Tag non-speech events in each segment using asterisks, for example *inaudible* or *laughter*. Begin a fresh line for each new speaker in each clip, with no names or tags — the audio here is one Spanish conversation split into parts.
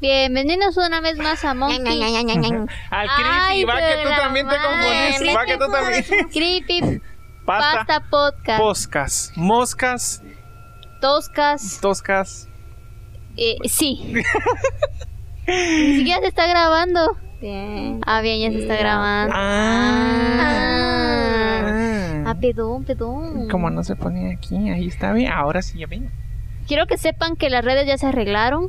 de Venenos una vez más a Monkey.
Al Crispy,
Ay,
va que tú
pero la
también te
madre.
confundes. Va que tú
*laughs*
también.
Creepy
*laughs* Pasta.
Pasta Podcast.
Poscas, moscas,
Toscas.
toscas.
Eh, sí. Ni siquiera se está grabando.
Bien.
Ah, bien, ya se está grabando. Ah, Ah, pedón, pedón.
Como no se pone aquí, ahí está bien. Ahora sí ya ven.
Quiero que sepan que las redes ya se arreglaron.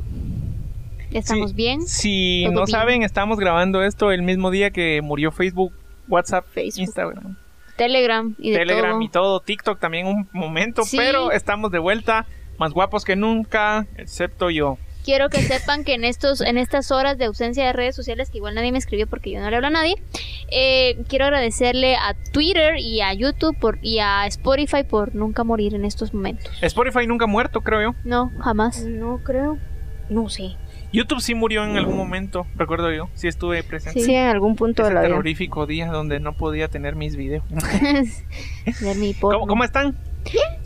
Ya estamos
Sí.
bien.
Si
Todo
no
bien.
saben, estamos grabando esto el mismo día que murió Facebook, WhatsApp,
Facebook.
Instagram,
Telegram y de
Telegram
todo.
y todo, TikTok también un momento,
Sí.
pero estamos de vuelta, más guapos que nunca, excepto yo.
Quiero que sepan que en estos, en estas horas de ausencia de redes sociales, que igual nadie me escribió porque yo no le hablo a nadie, eh, quiero agradecerle a Twitter y a YouTube por, y a Spotify por nunca morir en estos momentos.
Spotify nunca ha muerto, creo yo.
No, jamás. *laughs*
No creo. No sé.
YouTube sí murió en algún momento, recuerdo yo, sí estuve presente.
Sí.
Sí, en algún punto de
Ese
la vida.
terrorífico día donde no podía tener mis videos.
De mi porno.
¿Cómo, cómo están?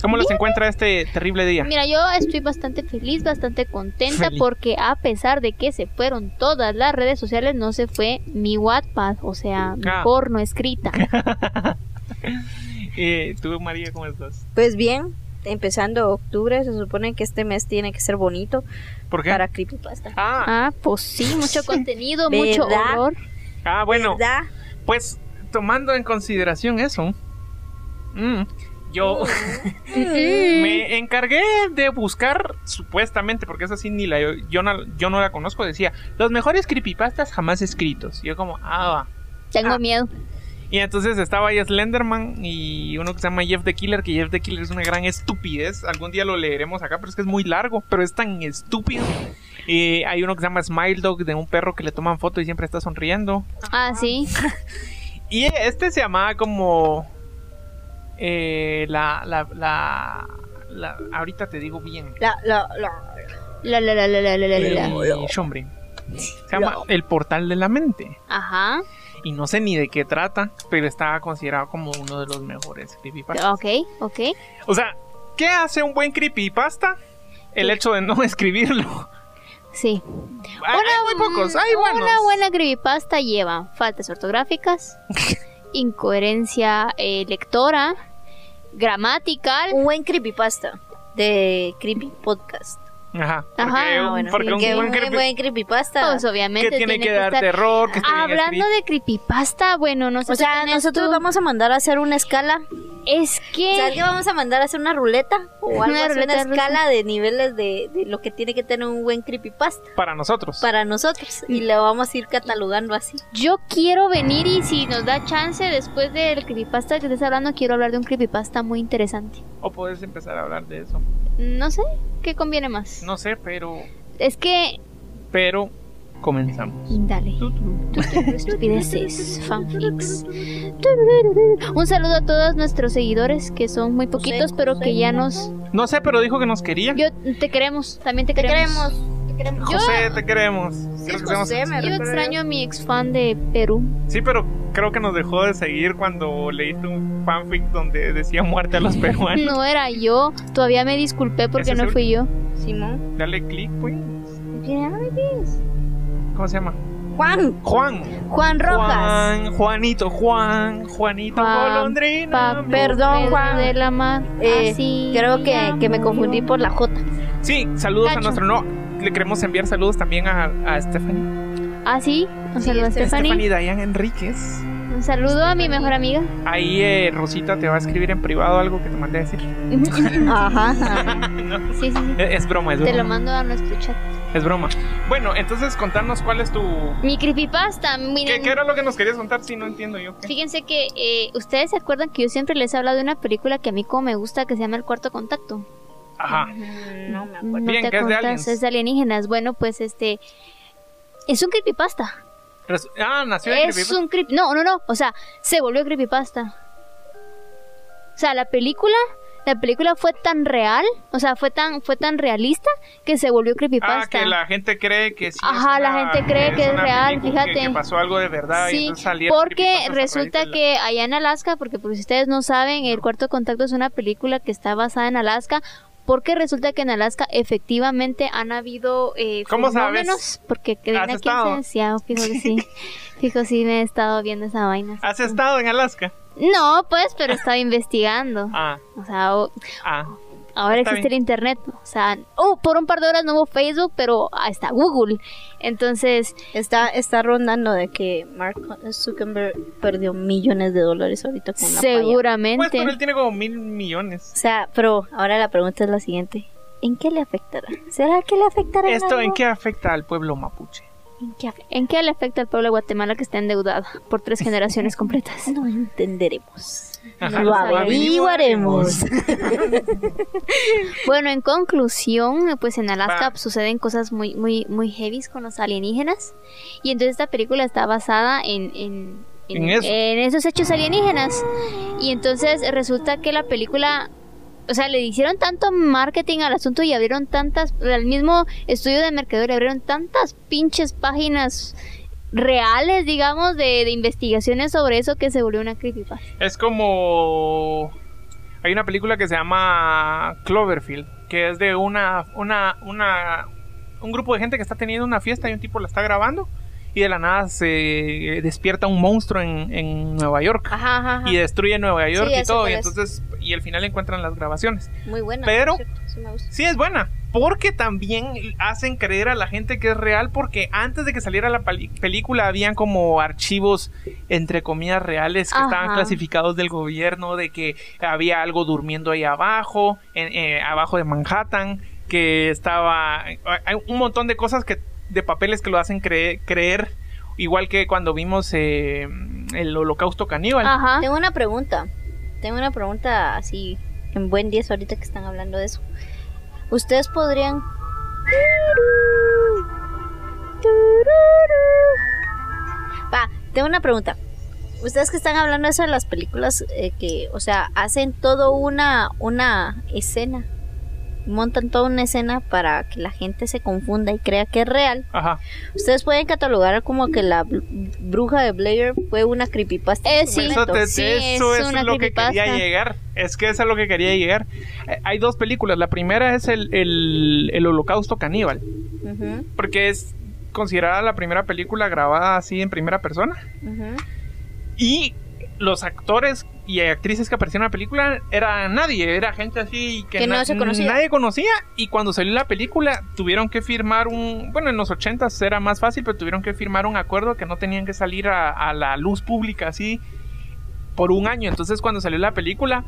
¿Cómo los encuentra este terrible día?
Mira, yo estoy bastante feliz, bastante contenta
Feliz.
porque a pesar de que se fueron todas las redes sociales, no se fue mi Wattpad, o sea, mi
Ah.
porno escrita.
Eh, ¿Tú, María, cómo estás?
Pues bien, empezando octubre, se supone que este mes tiene que ser bonito
¿Por qué?
para Creepypasta.
Ah,
Ah, pues sí, mucho contenido, mucho
¿Verdad?
horror.
ah, bueno,
¿Verdad?
pues tomando en consideración eso, mm, yo *laughs* me encargué de buscar, supuestamente, porque esa sí ni la, yo, no, yo no la conozco, decía, los mejores creepypastas jamás escritos. Y yo como, ah, va.
Tengo
Ah.
miedo.
Y entonces estaba ahí Slenderman y uno que se llama Jeff the Killer, que Jeff the Killer es una gran estupidez. Algún día lo leeremos acá, pero es que es muy largo, pero es tan estúpido. Eh, hay uno que se llama Smile Dog, de un perro que le toman foto y siempre está sonriendo.
Ah, sí.
Y este se llamaba como... eh, la, la, la, la- Ahorita te digo bien.
La, la, la.
La, la, la, la, la, la, la, la.
El Shombrin. Se llama El Portal de la Mente.
Ajá.
Y no sé ni de qué trata, pero estaba considerado como uno de los mejores creepypastas.
Ok, ok.
O sea, ¿qué hace un buen creepypasta? El hecho de no *laughs* escribirlo.
Sí.
Ah, Hay, hay muy
bu-
pocos, hay buenos.
Una buena creepypasta lleva faltas
*laughs*
ortográficas, incoherencia eh, lectora, gramatical.
Un buen Creepypasta de Creepy Podcast.
Ajá. Porque,
Ajá,
un,
ah, bueno,
porque
sí,
un
que
buen creepy-
buen Creepypasta.
Pues obviamente
que tiene, que, dar
estar-
terror, que esté bien
Hablando
escrito.
de creepypasta, bueno, no sé.
o sea,
qué tenés
nosotros
tú.
vamos a mandar a hacer una escala.
Es
¿Sabes
que.
qué vamos a mandar a hacer una ruleta? O algo
Una
así,
ruleta
Eh. una
rusa.
escala de niveles de, de lo que tiene que tener un buen creepypasta
para nosotros.
para nosotros. Y lo vamos a ir catalogando así.
Yo quiero venir y si nos da chance después del creepypasta que estés hablando, quiero hablar de un creepypasta muy interesante.
O puedes empezar a hablar de eso.
No sé, ¿qué conviene más?
No sé, pero
Es que
pero comenzamos.
Dale.
Tu, tu.
Estupideces, fanfics. Un saludo a todos nuestros seguidores que son muy poquitos, pero que ya nos.
No sé, pero dijo que nos quería.
Yo te queremos, también te queremos.
Te queremos.
Yo-
José, te queremos. Creo que seamos-
José, me
Yo
recuerdo.
extraño a mi ex fan de Perú.
Sí, pero creo que nos dejó de seguir cuando leíste un fanfic donde decía muerte a los peruanos.
No era yo. Todavía me disculpé
Ese
porque
es
no
el-
fui yo.
Simón.
Dale click, pues. ¿Cómo se llama?
Juan.
Juan.
Juan Rojas.
Juan, Juanito, Juan, Juanito
Juan,
Golondrina.
Papel
Perdón, Juan.
De la mar.
Eh,
así
Creo que, que me
murió.
confundí por la J.
Sí, saludos a
Cacho.
nuestro no. Le queremos enviar saludos también a, a Stephanie.
Ah, sí. Un
Sí,
saludo a
este-
Stephanie.
Dayan Enríquez.
Un saludo a mi mejor amiga.
Ahí eh, Rosita te va a escribir en privado algo que te mandé a decir.
Ajá. ajá.
No, es,
Sí, sí, sí.
es broma, es
Te lo
broma.
mando a nuestro chat.
Es broma. Bueno, entonces contarnos cuál es tu.
Mi creepypasta. miren,
¿Qué, qué era lo que nos querías contar? Si no entiendo yo. ¿qué?
Fíjense que eh, ustedes se acuerdan que yo siempre les he hablado de una película que a mí como me gusta que se llama El Cuarto Contacto.
Ajá.
No me acuerdo.
No te
Bien, Pues que es de
acuerdas,
aliens.
es de alienígenas. Bueno, pues este es un creepypasta.
Res- Ah, nació de
Es
creepypasta.
un creep No, no, no, o sea, se volvió creepypasta. O sea, la película la película fue tan real, o sea, fue tan fue tan realista que se volvió creepypasta.
Ah, que la gente cree que sí. es
Ajá, la
una-
gente cree que es
una
real,
película, que-
fíjate.
Que pasó algo de verdad y
Sí,
entonces salieron
porque
creepypastas a raíz de
resulta
la-
que allá en Alaska, porque por si ustedes no saben, El Cuarto Contacto es una película que está basada en Alaska porque resulta que en Alaska efectivamente han habido eh,
¿Cómo
fenómenos,
sabes?
porque que
¿Has
viene aquí
estado?
se decía, fijo que
*laughs*
sí, fijo sí me he estado viendo esa vaina.
¿Has estado en Alaska?
No, pues, pero estaba investigando.
Ah,
O sea, o-
ah.
ahora
Está
existe el internet. O sea, oh, por un par de horas no hubo Facebook, pero ah, está Google. Entonces,
Está, está rondando de que Mark Zuckerberg perdió millones de dólares ahorita con la falla.
Pues,
seguramente.
pero él tiene como mil
O
millones.
sea, pero ahora la pregunta es la siguiente. ¿En qué le afectará? ¿Será que le afectará en
¿Esto en
algo?
qué afecta al pueblo mapuche?
¿En qué afecta?
¿En qué le afecta al pueblo de Guatemala que está endeudado por
*laughs*
tres generaciones completas?
No entenderemos.
Ajá.
Lo
averiguaremos.
averiguaremos.
Bueno, en conclusión, pues en Alaska
Va.
suceden cosas muy, muy, muy heavies con los alienígenas. Y entonces esta película está basada en, en,
En eso.
esos hechos alienígenas. Y entonces resulta que la película. O sea, le hicieron tanto marketing al asunto y abrieron tantas. Al mismo estudio de mercadeo le abrieron tantas pinches páginas reales, digamos, de, de investigaciones sobre eso que se volvió una creepypasta.
Es como. Hay una película que se llama Cloverfield, que es de una, una, una, un grupo de gente que está teniendo una fiesta y un tipo la está grabando y de la nada se despierta un monstruo en, en Nueva York
Ajá, ajá, ajá.
y destruye Nueva York
ya
y
sé
todo
cuál
y
es.
entonces y al final encuentran las grabaciones.
Muy buena.
Pero-
por cierto, sí me gusta.
Sí es buena, porque también hacen creer a la gente que es real porque antes de que saliera la pali- película habían como archivos entre comillas reales que estaban
Ajá.
clasificados del gobierno de que había algo durmiendo ahí abajo, en- eh, abajo de Manhattan, que estaba hay un montón de cosas que de papeles que lo hacen cre- creer igual que cuando vimos eh, el Holocausto caníbal.
Ajá.
Tengo una pregunta. Tengo una pregunta así en buen 10 ahorita que están hablando de eso. ¿Ustedes podrían Va, tengo una pregunta. Ustedes que están hablando eso de las películas eh, que, o sea, hacen todo una una escena. Montan toda una escena para que la gente se confunda y crea que es real.
Ajá.
Ustedes pueden catalogar como que la br- bruja de Blair fue una creepypasta. en
Eh,
su
sí.
Eso,
momento.
te-
Sí,
eso
es
es,
una
lo que quería
creepypasta.
llegar. Es que eso es lo que quería llegar. Eh, Hay dos películas. La primera es el, el- el Holocausto Caníbal,
Ujú,
porque es considerada la primera película grabada así en primera persona.
ujú.
Y los actores y actrices que aparecieron en la película era nadie, era gente así que,
Que no se conocía.
nadie conocía. Y cuando salió la película tuvieron que firmar un... Bueno, en los 80 era más fácil, pero tuvieron que firmar un acuerdo que no tenían que salir a, a la luz pública así por un año. Entonces cuando salió la película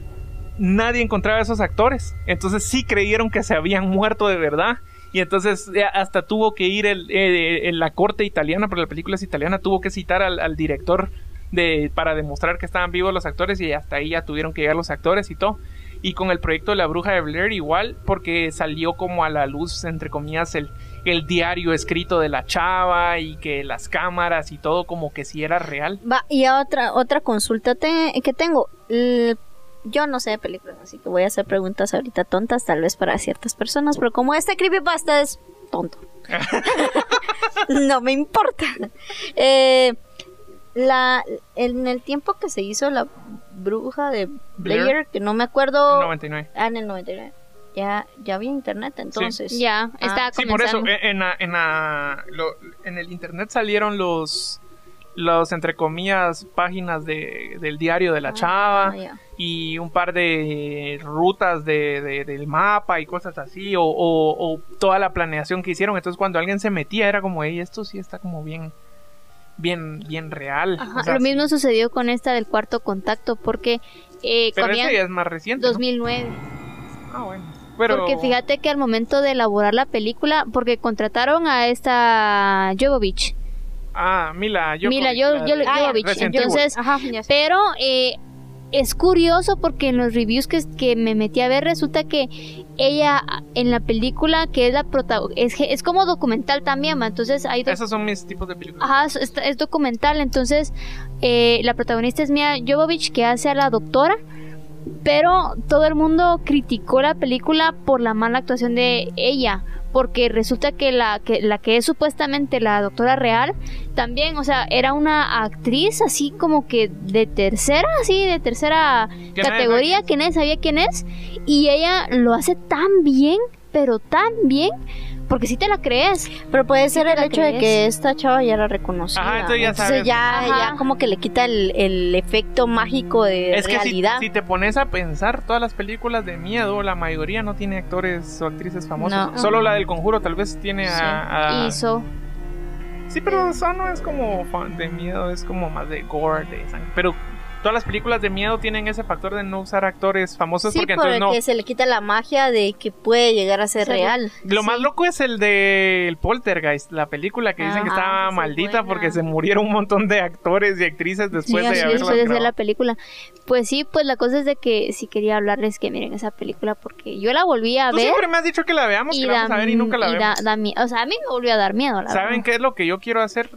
nadie encontraba a esos actores. Entonces sí creyeron que se habían muerto de verdad. Y entonces eh, hasta tuvo que ir el, eh, eh, la corte italiana, porque la película es italiana, tuvo que citar al, al director de, para demostrar que estaban vivos los actores y hasta ahí ya tuvieron que llegar los actores y todo. Y con el proyecto de la bruja de Blair igual, porque salió como a la luz, entre comillas, el, el diario escrito de la chava y que las cámaras y todo como que si era real.
Va, y a otra, otra consulta te- que tengo. L- yo no sé de películas, así que voy a hacer preguntas ahorita tontas, tal vez para ciertas personas, pero como este creepypasta es
*laughs*
tonto, *laughs* no me importa. Eh, la, en el tiempo que se hizo la bruja de Blair,
Blair.
que no me acuerdo.
99.
Ah, en el 99. Ya, ya había internet entonces.
Ya,
Ah.
está
Pues, Sí, por
comenzando.
eso, e- en, la- en, la- lo- en el internet salieron los, los entre comillas, páginas de- del diario de la
Ah,
chava
ah, ya.
y un par de rutas de, de- del mapa y cosas así, o, o- o toda la planeación que hicieron. Entonces, cuando alguien se metía, era como, hey, esto sí está como bien, bien, bien real.
Ajá,
O sea,
lo mismo
sí.
sucedió con esta del cuarto contacto, porque eh,
Pero
habían-
ese ya es más reciente. ¿no?
2009.
Ah, bueno. Pero,
Porque fíjate que al momento de elaborar la película, porque contrataron a esta Jovovich,
Ah, Mila, yo. Ah,
Mila Jo- Jo- Jovovich, entonces
Ah, Ajá, ya sé.
pero eh, es curioso porque en los reviews que, que me metí a ver resulta que ella en la película que es la protagonista, es, es como documental también, ma, entonces hay dos
Esos son mis tipos de películas.
Ajá, es, es- es documental, entonces eh, la protagonista es Mia Jovovich que hace a la doctora Pero todo el mundo criticó la película por la mala actuación de ella. Porque resulta que la, que la que es supuestamente la doctora real también, o sea, era una actriz así como que de tercera, así de tercera
Que nadie
categoría,
sabe
que nadie sabía quién es. Y ella lo hace tan bien, pero tan bien, porque si te la crees.
Pero puede ser
te
el
la
hecho de
crees?
que esta chava ya era reconocida.
Ajá, entonces ya sabes.
ya,
Ajá.
ya como que le quita el, el efecto mágico de
Es que si,
realidad.
si te pones a pensar, todas las películas de miedo, la mayoría no tiene actores o actrices famosos.
No.
Solo la del conjuro tal vez tiene
Sí.
a... a-
Hizo.
Sí, pero eso no es como fan de miedo, es como más de gore, de sangre. Pero todas las películas de miedo tienen ese factor de no usar actores famosos
sí,
porque
porque
entonces no...
se le quita la magia de que puede llegar a ser
Sí.
real.
Lo más loco es el del Poltergeist, la película que dicen que
Ah,
estaba
sí,
maldita
buena.
porque se murieron un montón de actores y actrices después
Sí,
de
así
haberla
después de hacer la
grabado.
película. Pues sí, pues la cosa es de que sí quería hablarles que miren esa película porque yo la volví a
Tú
ver
siempre me has dicho que la veamos,
y
que la
da,
vamos a ver y nunca la
y
vemos.
da- da mi- o sea, a mí me volvió a dar miedo, la
¿Saben
verdad.
qué es lo que yo quiero hacer?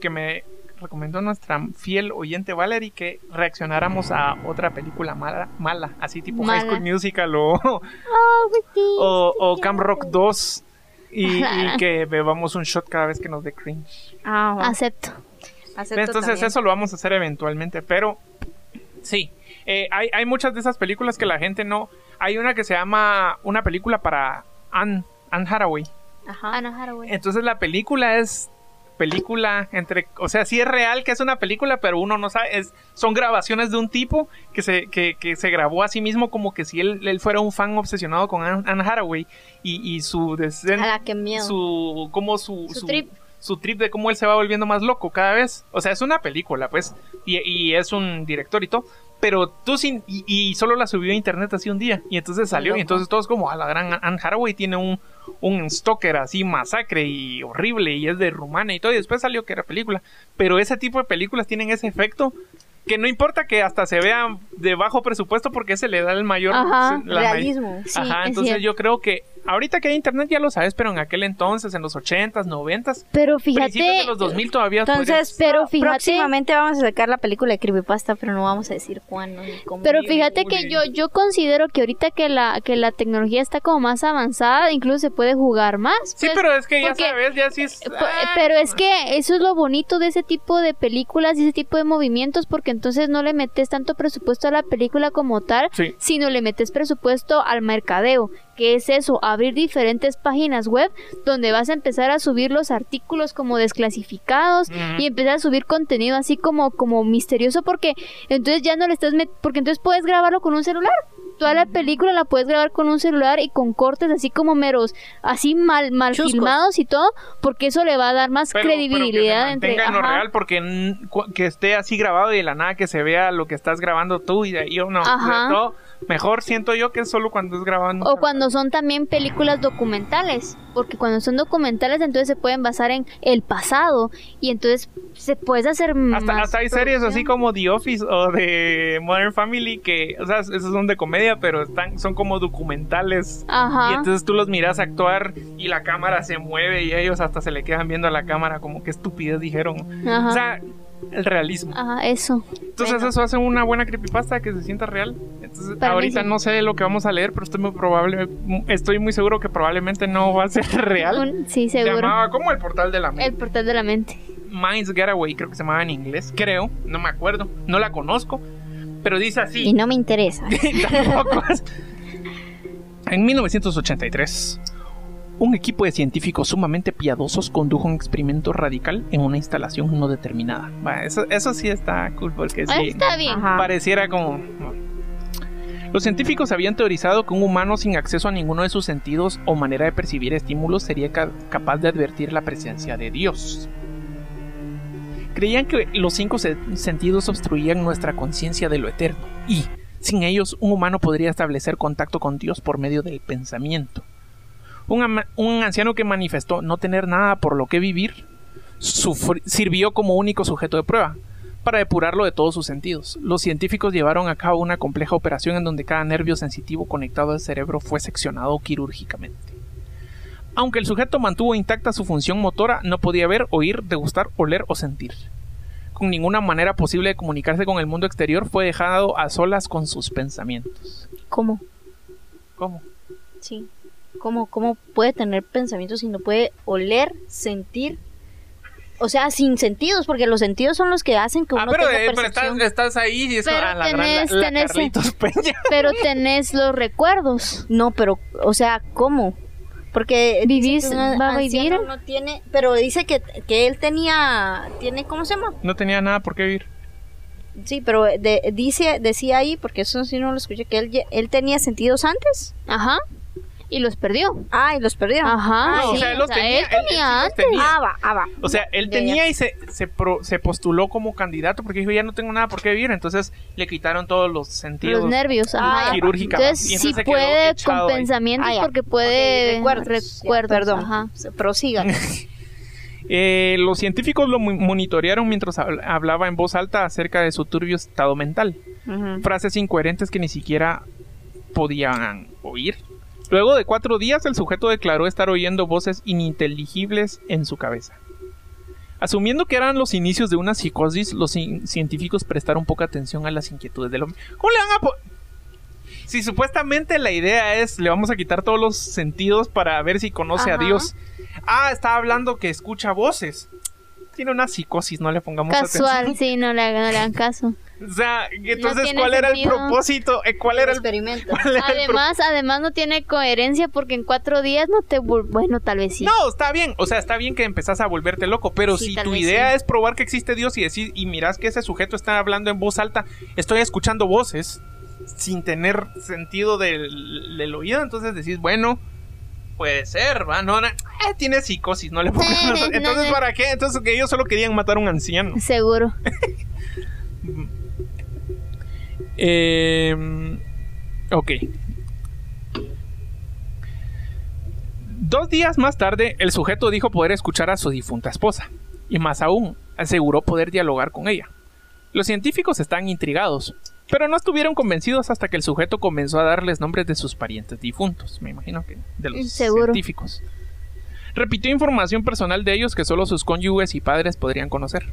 Que me recomendó nuestra fiel oyente Valerie que reaccionáramos a otra película mala, mala así tipo High
Mala.
School Musical o, o,
Oh,
o Camp Rock 2 y, y que bebamos un shot cada vez que nos dé cringe.
Ah, va.
Acepto.
Acepto
Entonces
también.
eso lo vamos a hacer eventualmente, pero sí, eh, hay, hay muchas de esas películas que la gente no... Hay una que se llama una película para Anne, Anne Hathaway.
Ajá.
Anna Hathaway.
Entonces la película es película entre, o sea, sí es real que es una película, pero uno no sabe, es, son grabaciones de un tipo que se, que, que se grabó a sí mismo como que si él, él fuera un fan obsesionado con Anne, Anne Hathaway y, y su desen-
A la que miedo.
su como su,
Su trip.
su trip de cómo él se va volviendo más loco cada vez. O sea, es una película, pues, y, y es un director y todo. Pero tú sin. Y, y solo la subió a internet así un día. Y entonces salió.
Loco.
Y entonces todos como a la gran Anne Haraway tiene un, un stalker así masacre y horrible. Y es de rumana y todo. Y después salió que era película. Pero ese tipo de películas tienen ese efecto. Que no importa que hasta se vean de bajo presupuesto porque se le da el mayor
Ajá,
la may-
Realismo.
Sí,
Ajá,
es
entonces
cierto.
yo creo que ahorita que hay internet ya lo sabes, pero en aquel entonces, en los 80s, 90s,
Pero
principios
fíjate,
de los 2000 todavía
Entonces,
pero
pro-
fíjate-
próximamente vamos a sacar la película de Creepypasta, pero no vamos a decir cuándo ni cómo.
pero
Uy,
fíjate
uy.
que yo yo considero que ahorita que la que la tecnología está como más avanzada, incluso se puede jugar más.
podrías- Sí,
pues,
pero es que ya
porque- eh, pues,
sabes, ya sí es...
Pu-
ah,
Pero es que eso es lo bonito de ese tipo de películas y ese tipo de movimientos, porque entonces no le metes tanto presupuesto a la película como tal,
Sí.
sino le metes presupuesto al mercadeo, que es eso, abrir diferentes páginas web donde vas a empezar a subir los artículos como desclasificados
Ujú.
y empezar a subir contenido así como, como misterioso, porque entonces ya no le estás met- porque entonces puedes grabarlo con un celular. Toda la película la puedes grabar con un celular y con cortes así como meros, así mal, mal
Chuscos.
filmados y todo, porque eso le va a dar más
pero- pero que se
credibilidad entre.
mantenga en lo
ajá.
real porque mm, cu- que esté así grabado y de la nada que se vea lo que estás grabando tú y de ahí o no.
Ajá.
de todo, mejor siento yo que es solo cuando es grabando.
O cuando son también películas documentales, porque cuando son documentales entonces se pueden basar en el pasado y entonces se puede hacer
Hasta,
más
hasta hay series así
producción.
como The Office o de Modern Family que, o sea, esos son de comedia, pero están, son como documentales
Ajá.
Y entonces tú los miras actuar y la cámara se mueve y ellos hasta se le quedan viendo a la cámara como que estupidez dijeron.
ajá.
O sea, el realismo.
Ajá, eso.
Entonces
bueno.
eso hace una buena creepypasta que se sienta real. Entonces
Para mí
ahorita
sí.
no sé lo que vamos a leer, pero estoy muy probable, estoy muy seguro que probablemente no va a ser *laughs* real.
Un- sí,
Se
seguro.
llamaba como el portal de la mente.
El portal de la mente.
Mind's Getaway, creo que se llamaba en inglés, creo, no me acuerdo, no la conozco, pero dice así.
Y no me interesa.
Tampoco es- En 1983, un equipo de científicos sumamente piadosos condujo un experimento radical en una instalación no determinada. Va, eso, eso sí está cool porque
Ah,
pues, sí,
Está bien.
Ajá.
pareciera como... Los científicos habían teorizado que un humano sin acceso a ninguno de sus sentidos o manera de percibir estímulos sería ca- capaz de advertir la presencia de Dios. Creían que los cinco se- sentidos obstruían nuestra conciencia de lo eterno y, sin ellos, un humano podría establecer contacto con Dios por medio del pensamiento. Un, ama- un anciano que manifestó no tener nada por lo que vivir sufri- sirvió como único sujeto de prueba para depurarlo de todos sus sentidos. Los científicos llevaron a cabo una compleja operación en donde cada nervio sensitivo conectado al cerebro fue seccionado quirúrgicamente. Aunque el sujeto mantuvo intacta su función motora, no podía ver, oír, degustar, oler o sentir. con ninguna manera posible de comunicarse con el mundo exterior, fue dejado a solas con sus pensamientos.
¿Cómo?
¿Cómo?
Sí. ¿Cómo, ¿Cómo puede tener pensamientos si no puede oler, sentir? O sea, sin sentidos, porque los sentidos son los que hacen que uno
ah, pero,
tenga
eh, pero
percepción.
estás, estás ahí y es
Pero
a la gran
tenés-
la- la
tenés- eh.
Carlitos Peña. *laughs*
Pero tenés los recuerdos.
No, pero, o sea, ¿cómo? Porque dice
Vivís-
que una
va a
anciana
vivir.
No tiene, pero dice que, que él tenía, tiene, ¿cómo se llama?
No tenía nada por qué vivir.
Sí, pero de- dice, decía ahí, porque eso sí no lo escuché, que él, ye- él tenía sentidos antes.
Ajá. Y los perdió.
Ah, y los perdió.
Ajá.
No, o
sí,
sea, él los
él
tenía, él- él sí
tenía
los
antes.
tenía.
Ah, va, ah, va.
O sea, él
Ya, ya.
tenía y se, se, pro- se postuló como candidato porque dijo, ya no tengo nada por qué vivir. Entonces le quitaron todos los sentidos.
los nervios. Ajá.
Ah,
quirúrgica.
Entonces,
Y
sí
se quedó
puede
echado
con
ahí.
pensamientos
Ah, ya.
porque puede
Ok, recuerdos. Ya,
recuerdos,
Perdón,
ajá.
prosigan.
Eh, los científicos lo mu- monitorearon mientras habl- hablaba en voz alta acerca de su turbio estado mental.
*laughs* Ujú.
Frases incoherentes que ni siquiera podían oír. Luego de cuatro días, el sujeto declaró estar oyendo voces ininteligibles en su cabeza. Asumiendo que eran los inicios de una psicosis, los cien- científicos prestaron poca atención a las inquietudes del hombre. ¿Cómo le van a po- Si supuestamente la idea es, le vamos a quitar todos los sentidos para ver si conoce
Ajá.
a Dios. Ah, está hablando que escucha voces. Tiene una psicosis, no le pongamos
Casual,
atención.
sí, no le, no le hagan
*laughs*
caso.
O sea, entonces,
tiene
¿cuál era el
sentido. Este,
propósito? Eh, ¿Cuál era el
experimento?
¿Cuál era el
Además, además no tiene coherencia porque en cuatro días no te... vol- Bueno, tal vez sí.
No, está bien. O sea, está bien que empezás a volverte loco, pero
Sí,
si
tal
tu
vez
idea
sí.
es probar que existe Dios y decir, y mirás que ese sujeto está hablando en voz alta, estoy escuchando voces sin tener sentido del, del oído, entonces decís, bueno, puede ser, va, no, no, eh, tiene psicosis, no le pongamos-
no,
*laughs* Entonces,
Eh, no.
¿para qué? Entonces, que ellos solo querían matar a un anciano.
Seguro.
Eh, ok. Dos días más tarde, el sujeto dijo poder escuchar a su difunta esposa, y más aún, aseguró poder dialogar con ella. Los científicos están intrigados, pero no estuvieron convencidos hasta que el sujeto comenzó a darles nombres de sus parientes difuntos, me imagino que de los
Seguro.
científicos. Repitió información personal de ellos que solo sus cónyuges y padres podrían conocer.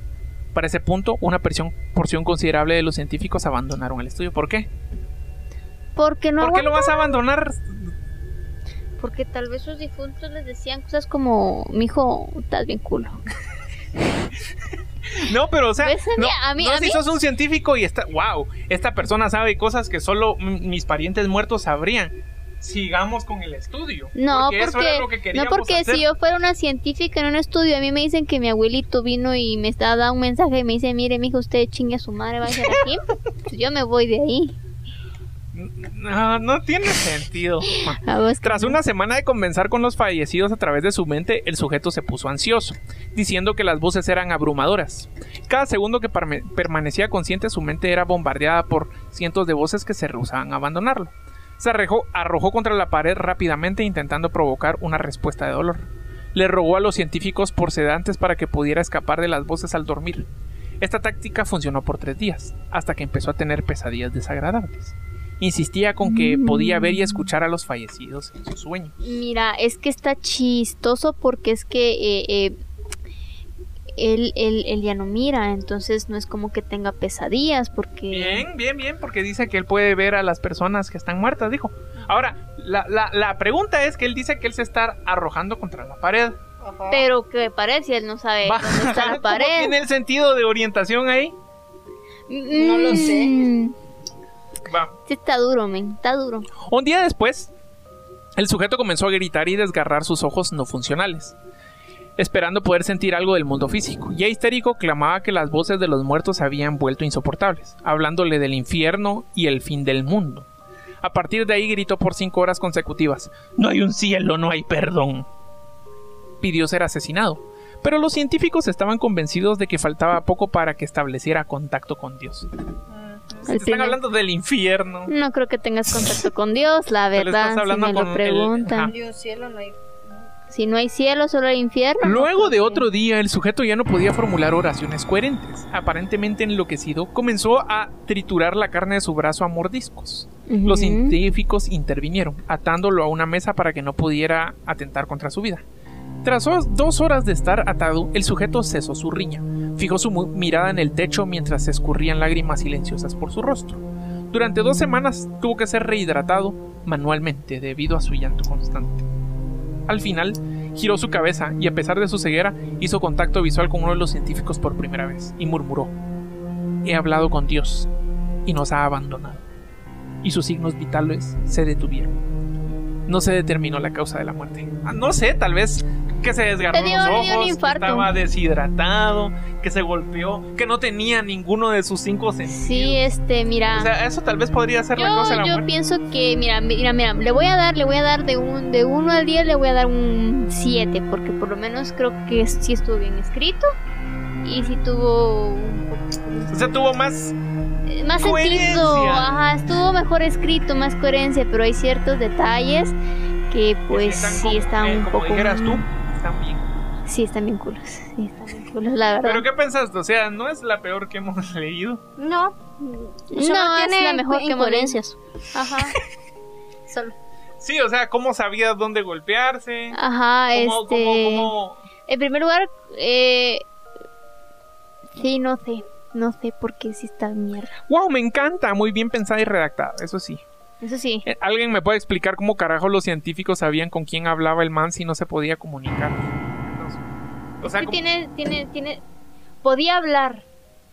Para ese punto, una presión- porción considerable de los científicos abandonaron el estudio. ¿Por qué?
Porque no
¿Por qué lo vas a abandonar?
Porque tal vez sus difuntos les decían cosas como, mijo, estás bien culo.
No, pero o sea,
Pues, a mí-
no,
a mí-
no
a
si
mí-
sos un científico y está, wow, esta persona sabe cosas que solo m- mis parientes muertos sabrían. Sigamos con el estudio.
No, porque,
eso era lo que
no
queríamos
porque
hacer.
si yo fuera una científica en un estudio, a mí me dicen que mi abuelito vino y me está dando un mensaje y me dice, mire, mijo, usted chingue a su madre, va a ser
*laughs*
aquí. Pues yo me voy de ahí.
No, Ah, no tiene sentido.
*gasps*
Ah,
A vos que-
Tras una semana de conversar con los fallecidos a través de su mente, el sujeto se puso ansioso, diciendo que las voces eran abrumadoras. Cada segundo que parme- permanecía consciente, su mente era bombardeada por cientos de voces que se rehusaban a abandonarlo. Se arrejó- arrojó contra la pared rápidamente intentando provocar una respuesta de dolor. Le rogó a los científicos por sedantes para que pudiera escapar de las voces al dormir. Esta táctica funcionó por tres días, hasta que empezó a tener pesadillas desagradables. Insistía con que
Mm.
podía ver y escuchar a los fallecidos en su sueño.
Mira, es que está chistoso porque es que eh, eh, él, él, él ya no mira, entonces no es como que tenga pesadillas porque...
Bien, bien, bien, porque dice que él puede ver a las personas que están muertas, dijo. Ahora, la, la- la pregunta es que él dice que él se está arrojando contra la pared.
Pero que parece, él no
*laughs*
sabe
Va.
dónde está la
¿Cómo
pared.
tiene el sentido de orientación ahí?
No lo sé.
Mm,
Va.
Sí está duro, men, está duro.
Un día después, el sujeto comenzó a gritar y desgarrar sus ojos no funcionales, esperando poder sentir algo del mundo físico. Ya histérico, clamaba que las voces de los muertos se habían vuelto insoportables, hablándole del infierno y el fin del mundo. A partir de ahí gritó por cinco horas consecutivas: No hay un cielo, no hay perdón. Pidió ser asesinado, pero los científicos estaban convencidos de que faltaba poco para que estableciera contacto con Dios.
Ah,
Al
Están
final-
hablando del infierno.
No creo que tengas contacto con Dios, la
Pero
verdad.
estás hablando
si me
con
lo
el-
preguntan.
ajá.
un cielo no hay.
Si no hay cielo, solo hay infierno.
Luego de otro día, el sujeto ya no podía formular oraciones coherentes. Aparentemente enloquecido, comenzó a triturar la carne de su brazo a mordiscos. Los
Ujú.
científicos intervinieron, atándolo a una mesa para que no pudiera atentar contra su vida. Tras o- dos horas de estar atado, el sujeto cesó su riña. Fijó su mu- mirada en el techo mientras escurrían lágrimas silenciosas por su rostro. Durante dos semanas tuvo que ser rehidratado manualmente debido a su llanto constante. Al final, giró su cabeza y a pesar de su ceguera, hizo contacto visual con uno de los científicos por primera vez y murmuró, He hablado con Dios y nos ha abandonado. Y sus signos vitales se detuvieron. No se determinó la causa de la muerte. Ah, no sé, tal vez que se desgarró
Le dio-
los
le dio un
ojos, que
infarto.
estaba deshidratado, que se golpeó, que no tenía ninguno de sus cinco sentidos.
Sí, este, mira.
O sea, eso tal vez podría ser la causa de
yo,
la
yo
muerte.
pienso que, mira, mira, mira, le voy a dar, le voy a dar de un de 1 al 10, le voy a dar un 7, porque por lo menos creo que sí estuvo bien escrito y sí tuvo un
O sea, tuvo más.
Eh, más
Coherencia.
sentido, ajá, estuvo mejor escrito, más coherencia, pero hay ciertos detalles que pues sí están
eh,
un
como
poco
dijeras tú, están bien.
Sí, están bien culos. Sí, están bien culos, la verdad.
¿Pero qué pensaste? O sea, no es la peor que hemos *laughs* leído.
No.
No, es la mejor que hemos
incoherencias.
Ajá.
*laughs*
Solo.
Sí, o sea, ¿cómo sabía dónde golpearse?
Ajá,
¿Cómo,
Ah, este
cómo- cómo-
En primer lugar, eh sí, no sé, no sé por qué sí está mierda.
Wow, me encanta. Muy bien pensada y redactada, eso sí.
Eso sí.
Eh, ¿Alguien me puede explicar cómo carajo los científicos sabían con quién hablaba el man si no se podía comunicar? No sé. O sea,
Sí
como-
tiene tiene tiene podía hablar,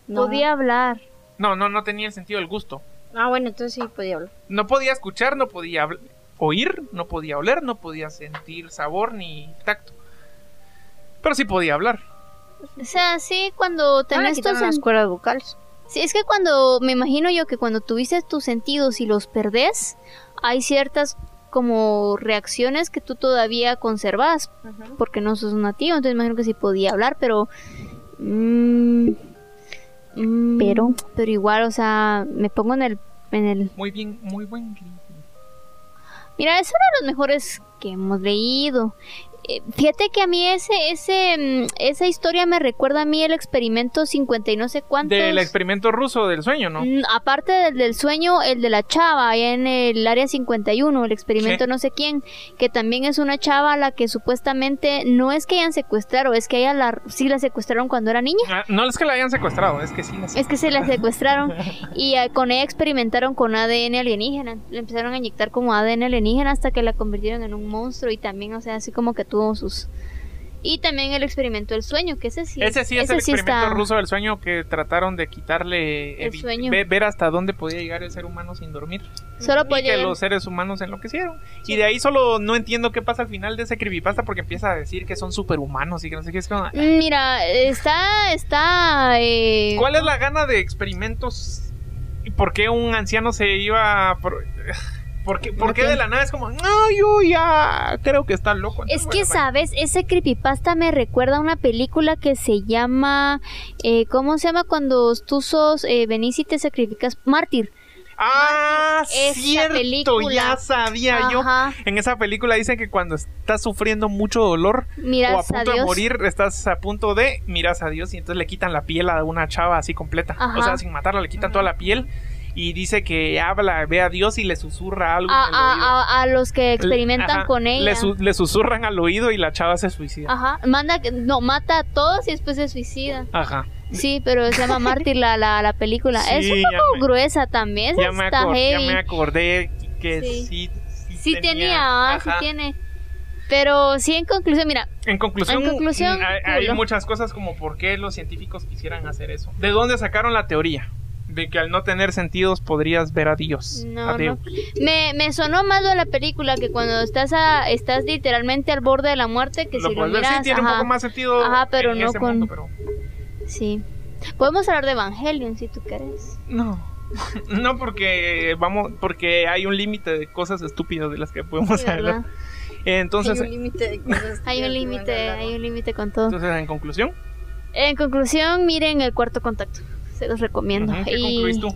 No.
podía hablar.
no, no, no tenía el sentido del gusto.
Ah, bueno, entonces sí podía hablar.
No podía escuchar, no podía habl- oír, no podía oler, no podía sentir sabor ni tacto. Pero sí podía hablar.
O sea, sí cuando
No le
tenés tus
Ah, quitaron las
sen-
cuerdas vocales.
Sí, es que cuando, me imagino yo que cuando tuviste tus sentidos y los perdés, hay ciertas como reacciones que tú todavía conservas porque no sos nativo, entonces imagino que sí podía hablar, pero... mm, mm,
Pero-
Pero igual, o sea, me pongo en el... En el
Muy bien, muy buen grito.
mira, es uno de los mejores que hemos leído. Eh, fíjate que a mí ese, ese, mm, esa historia me recuerda a mí el experimento 50 y no sé cuántos...
Del experimento ruso del sueño, ¿no?
Mm, Aparte del del sueño, el de la chava allá en el área 51, el experimento
Sí.
no sé quién, que también es una chava a la que supuestamente no es que hayan secuestrado, es que ella la, sí la secuestraron cuando era niña.
Ah, no es que la hayan secuestrado, es que sí la
Es que se la
*laughs*
secuestraron y eh, con ella experimentaron con ADN alienígena. Le empezaron a inyectar como ADN alienígena hasta que la convirtieron en un monstruo y también, o sea, así como que tuvo sus... Y también el experimento del sueño, que ese sí.
Ese sí es el
ese sí
experimento
está-
ruso del sueño que trataron de quitarle
El
evi-
sueño.
ve- ver hasta dónde podía llegar el ser humano sin dormir.
Solo
Y que
puede...
los seres humanos enloquecieron. Y de ahí solo no entiendo qué pasa al final de ese creepypasta porque empieza a decir que son superhumanos y que no sé qué es. como-
Mm, Mira, está... está eh,
¿Cuál es la gana de experimentos? ¿Y por qué un anciano se iba por... *laughs* ¿Por qué, por qué de la nada es como, no, yo ya creo que está loco?
Es
Entonces,
que,
bueno,
¿sabes? Ese creepypasta me recuerda a una película que se llama... eh, ¿Cómo se llama cuando tú sos... eh, venís y te sacrificas? Mártir.
Ah,
Esa
cierto,
película.
ya sabía yo.
Ajá.
En esa película dicen que cuando estás sufriendo mucho dolor o a
Miras a
punto de
Dios.
morir, estás a punto de miras a Dios y entonces le quitan la piel a una chava así completa.
Ajá.
O sea, sin matarla, le quitan toda la piel y dice que habla, ve a Dios y le susurra algo.
A,
en el oído.
a- a- a los que Ah, experimentan
Ajá,
con ella. Ah.
Le, su- le susurran al oído y la chava se suicida.
Ajá. Manda... que- No, mata a todos y después se suicida.
Ajá.
Sí, pero se llama Mártir la, la, la película. es
Sí,
un
ya
poco
me-
gruesa también. esa
Ya me,
está
acor- ya
heavy.
me acordé que
Sí.
sí. Sí,
Sí tenía, ah, sí
ajá.
tiene. Pero sí, en conclusión, mira,
En conclusión,
En conclusión,
mm, hay, hay
culo.
muchas cosas como por qué los científicos quisieran hacer eso. ¿De dónde sacaron la teoría? De que al no tener sentidos podrías ver a Dios.
No,
a Dios.
no. Me, me sonó más lo de la película que cuando estás a- estás literalmente al borde de la muerte que
Lo
si lo
puedes ver, sí,
miras,
tiene un
ajá,
poco más sentido.
Ajá, pero
en
no
ese
con-
mundo, pero-
sí. Podemos hablar de Evangelion si tú quieres.
*laughs* No. No, porque vamos, porque hay un límite de cosas estúpidas de las que podemos
Sí,
hablar.
¿verdad?
Entonces,
límite de cosas.
*laughs* Hay un límite, hay un límite con todo.
entonces, en conclusión,
En conclusión, miren el cuarto contacto. Se los recomiendo.
ujú, ¿qué concluís
y
tú?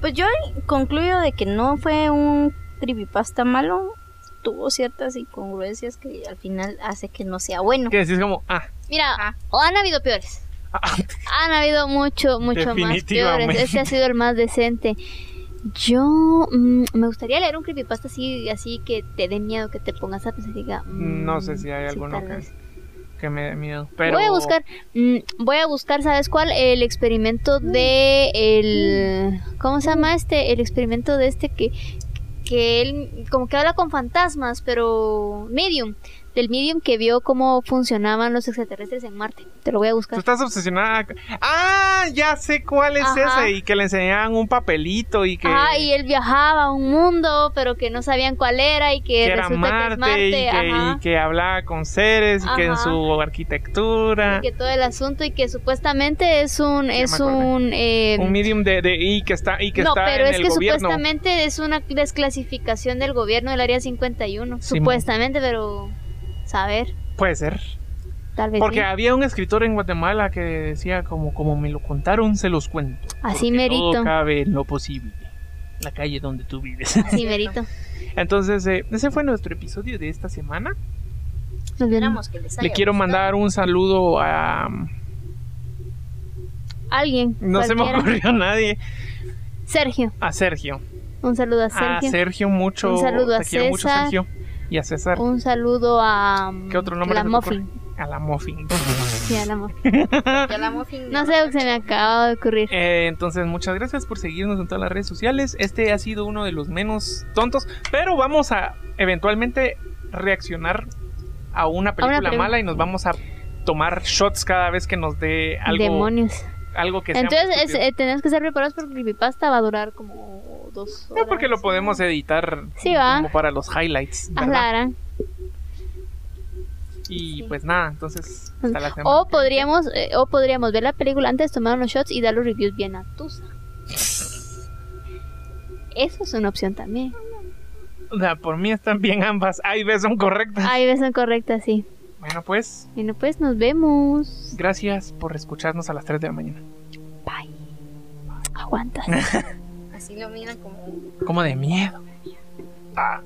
Pues yo concluyo de que no fue un creepypasta malo. Tuvo ciertas incongruencias que al final hace que no sea bueno.
Que decís como, ah,
mira,
Ajá.
o han habido peores. Han habido mucho, mucho más peores.
Definitivamente.
Este ha sido el más decente. Yo mm, me gustaría leer un creepypasta así, así que te dé miedo, que te pongas a pensar y diga. mm,
No sé si hay alguno
tal
que,
vez.
que me dé miedo. Pero...
Voy a buscar, mm, voy a buscar, ¿sabes cuál? El experimento
Mm.
de el, ¿cómo se llama este? El experimento de este que, que él como que habla con fantasmas, pero medium, del medium que vio cómo funcionaban los extraterrestres en Marte. Te lo voy a
Tú
buscar.
estás obsesionada. Ah, ya sé cuál es
Ajá.
ese. Y que le enseñaban un papelito y que,
Ah, y él viajaba a un mundo, pero que no sabían cuál era y que,
que era
resulta que
Marte,
es Marte,
y, que,
ajá.
y que hablaba con seres y que en
Ajá.
su arquitectura.
y que todo el asunto y que supuestamente es un
me
es
acordé.
un, eh,
un medium de, de- y que está y que
no
está
pero
en
es
el
que
gobierno.
supuestamente es una desclasificación del gobierno del área 51
Sí,
supuestamente pero saber
Puede ser.
tal vez
Porque
sí.
había un escritor en Guatemala que decía como como me lo contaron, se los cuento.
así
porque
merito
Todo cabe en lo posible. La calle donde tú vives. *laughs*
así merito
Entonces, eh, ese fue nuestro episodio de esta semana.
nos veremos
Esperamos que les
Le
haya
quiero
gustado.
mandar un saludo a...
alguien
No se me *laughs*
cualquiera.
ocurrió nadie.
Sergio
A Sergio.
un saludo a
A
Sergio,
Sergio mucho.
Un saludo a
te quiero mucho,
César.
Sergio. Y a César.
un saludo a mm,
¿Qué otro nombre
la
se te ocurre?
Muffin
A la Muffin.
sí, a la Muffin.
Ya la muffin-
no sé se me acaba de ocurrir
Eh, entonces, muchas gracias por seguirnos en todas las redes sociales. Este ha sido uno de los menos tontos, pero vamos a eventualmente reaccionar a una película
peli-
mala y nos vamos a tomar shots cada vez que nos dé algo,
demonios
algo que sea muy
Entonces es-
estúpido.
eh, tenemos que estar preparados porque Creepypasta va a durar como dos horas.
No, porque lo podemos editar
Sí, va.
como para los highlights.
Ah,
¿verdad?
la gran.
Y
Sí.
pues nada, entonces hasta la semana.
O podríamos, eh, o podríamos ver la película antes, tomar unos shots y dar los reviews bien a Tusa. Eso es una opción también.
O sea, por mí están bien ambas. Ay, ves, son correctas.
Ahí ves son correctas, sí.
Bueno, pues
Bueno, pues nos vemos.
gracias por escucharnos a las 3 de la mañana.
Bye. Aguantas.
Así lo miran como...
Como de miedo. Ah.